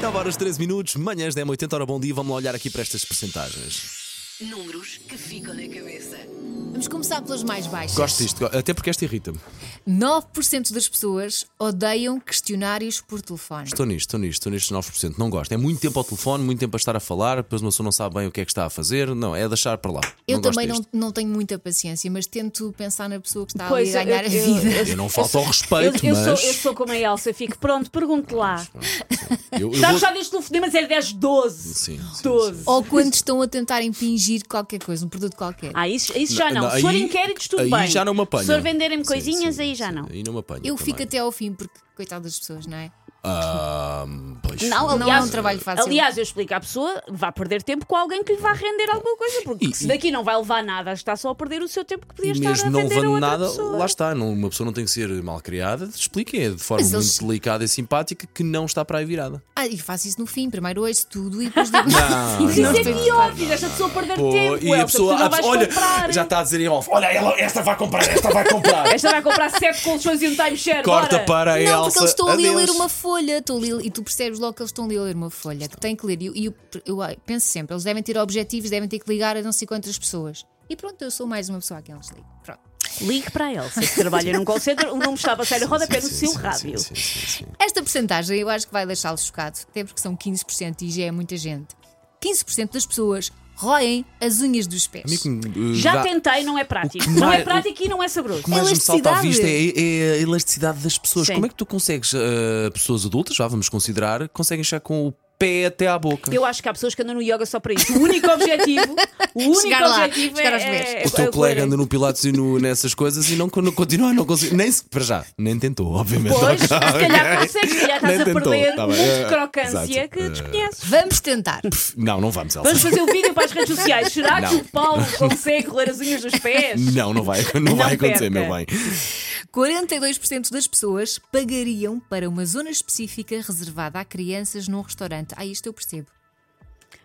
9 horas 13 minutos, manhãs 10 80 hora bom dia. Vamos lá olhar aqui para estas percentagens. Números que ficam na cabeça. Vamos começar pelas mais baixas. Gosto disto, go- até porque esta irrita-me. 9% das pessoas odeiam questionários por telefone. Estou nisto, estou nisto, estou nestes 9%. Não gosto. É muito tempo ao telefone, muito tempo a estar a falar, depois uma pessoa não sabe bem o que é que está a fazer. Não, é deixar para lá. Eu não gosto também não, disto. não tenho muita paciência, mas tento pensar na pessoa que está Pois, Tá ali a eu- ganhar eu- a vida. Eu não falto ao Eu, respeito, eu mas. sou, eu sou como a Elsa, eu fico pronto, pergunte lá. eu- eu Já, vou- já deste telefonema, mas é 10, 12. Sim, sim, 12. Ou quando estão a tentar impingir qualquer coisa, um produto qualquer. Ah, isso, isso já Não, não. não, Se for aí- inquéritos, tudo aí bem. já não me apanha. Se for venderem-me Sim, coisinhas, sim, aí já sim. é não. Aí não me apanha. Eu fico também. até ao fim, porque coitado das pessoas, não é? Ah, pois. Não, Não aliás, é um trabalho fácil. Aliás, eu explico à pessoa, vá perder tempo com alguém que lhe vá render alguma coisa, porque E- se daqui não vai levar nada, está só a perder o seu tempo que podia E estar mesmo a não vender a levando outra nada, pessoa. lá está. Não, uma pessoa não tem que ser mal criada. Expliquem é de forma Mas muito eles- delicada e simpática que não está para aí virada. Ah, e faço isso no fim, primeiro ouço tudo e depois digo. Não, Mas isso é não, pior, fizeste a pessoa perder Pô, tempo. e a Elsa, pessoa, tu não a vais pessoa- olha, comprar. já está a dizer em off: olha, ela, esta vai comprar, esta vai comprar. Esta vai comprar 7 colchões e um timeshare. Corta bora. para a Não, Elsa. porque eles estão ali a ler adeus. uma folha estão ali, e tu percebes logo que eles estão ali a ler uma folha que têm que ler. E eu, e eu- eu penso sempre, eles devem ter objetivos, devem ter que ligar a não sei quantas pessoas. E pronto, eu sou mais uma pessoa a quem eles ligam. Pronto. Ligue para a Elsa, que trabalha é num call center, o nome estava a sair a rodapé no Sim, seu sim, rádio. sim, sim, sim, sim. Esta porcentagem eu acho que vai deixá-los chocados, até porque são 15% e já é muita gente. 15% das pessoas roem as unhas dos pés. A mim que me, eh, Já dá- tentei, não é prático. que Não mais- é prático e não é saboroso. O que mais me salta à vista é, é a elasticidade das pessoas. Sim. Como é que tu consegues, eh, pessoas adultas, já vamos considerar, conseguem chegar com o pé até à boca? Eu acho que há pessoas que andam no yoga só para isso. O único objetivo, o único Chegar lá, objetivo chegar é, aos pés. é- O teu é- colega é- anda no Pilates e no- nessas coisas e não, não continua, não consegue. Nem se, para já, nem tentou, obviamente. Pois, se Ok. calhar consegues, se calhar Nem estás a tentou, perder tá bem. muito de Eh, crocância exato. que desconheces. Vamos tentar. Não, não vamos, Elsa. Vamos fazer o vídeo para as redes sociais. Será que Não. o Paulo consegue roer as unhas dos pés? Não, não vai, não vai acontecer, perca. meu bem. 42% das pessoas pagariam para uma zona específica reservada a crianças num restaurante. Ah, isto eu percebo.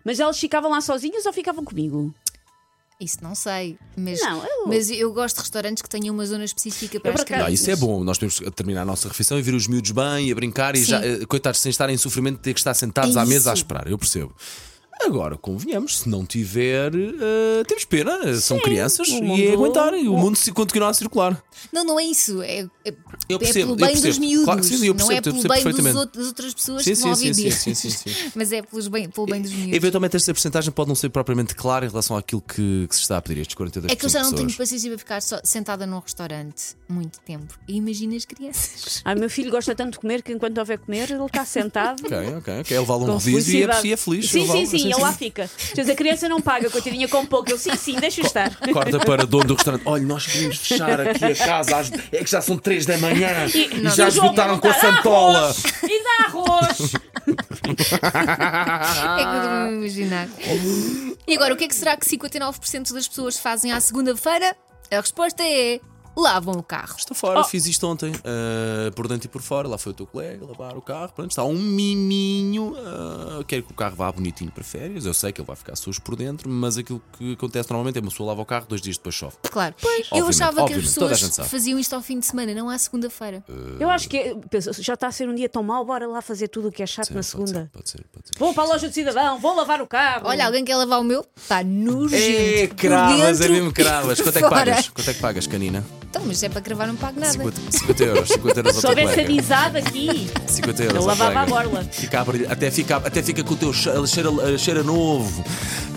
Mas elas ficavam lá sozinhas ou ficavam comigo? Isso não sei, mas, Não, eu- mas eu gosto de restaurantes que tenham uma zona específica para Eu por as acaso- crianças. Ah, isso é bom, nós temos que terminar a nossa refeição e ver os miúdos bem e a brincar e Sim. já, eh, coitados, sem estarem em sofrimento de ter que estar sentados É à mesa a isso. esperar, eu percebo. Agora, convenhamos, se não tiver, eh, temos pena, eh, são crianças o e é mundo- aguentar, e o mundo se continuar a circular. Não, não é isso. É, é- Eu percebo, é pelo eu bem dos percebo. miúdos. Claro que sim, eu não percebo, é eu pelo percebo bem dos perfeitamente. out- das outras pessoas Sim, que vão sim, ouvir sim, birras. sim, sim, sim, sim. Mas é pelos bem, pelo bem dos miúdos. Eventualmente, esta porcentagem pode não ser propriamente clara em relação àquilo que, que se está a pedir, estes 42% É que eu já não de tenho pessoas. paciência para ficar só- sentada num restaurante muito tempo. E imagina as crianças. Ai, Ah, meu filho gosta tanto de comer que enquanto houver comer, ele está sentado. Ok, ok, ok. Ele vale um com rodízio e é, felicidade. e é feliz. Sim, ele sim, vale- sim, ele lá fica. Mas a criança não paga, coitadinha, com pouco. Eu, sim, sim, deixa estar. Corta para o dono do restaurante. Olha, nós queríamos fechar aqui a casa. às- É que já são 3 da manhã e, Não, já não. esgotaram com a Perguntar, Santola. "Arroz! E dá arroz! É que eu Ah. não me imaginar. E agora, o que é que será que 59% das pessoas fazem à segunda-feira? A resposta é: lavam o carro. Estou Oh. fora, fiz isto ontem. ah, por dentro e por fora. Lá foi o teu colega lavar o carro. Pronto, está um miminho. ah, quero que o carro vá bonitinho para férias. Eu sei que ele vai ficar sujo por dentro, mas aquilo que acontece normalmente é uma pessoa lava o carro, dois dias depois chove. Claro. eu Obviamente, achava que as obviamente, toda a pessoas gente sabe. Eh. faziam isto ao fim de semana, não à segunda-feira. Eu acho que penso, já está a ser um dia tão mau, bora lá fazer tudo o que é chato na Pode ser, segunda. Pode ser, pode ser. Vou para a loja do cidadão, vou lavar o carro. Olha, alguém quer lavar o meu? Está nojento. É, Por cravas, é dentro mesmo e cravas. por Quanto é que fora. pagas? Quanto é que pagas, canina? Então, mas é para cravar, não Tá pago nada. 50, 50 euros, 50 euros ao se teu houvesse colega. amizade aqui, 50 euros. Eu ao lavava colega. a borla. Fica a brilhar- até, fica, até fica com o teu che- cheiro, cheiro, novo.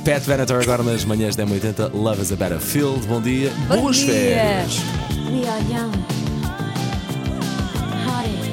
Pat Benatar agora nas manhãs da 80 Love is a Battlefield. Bom dia. Bom Boas dia. férias. we are young.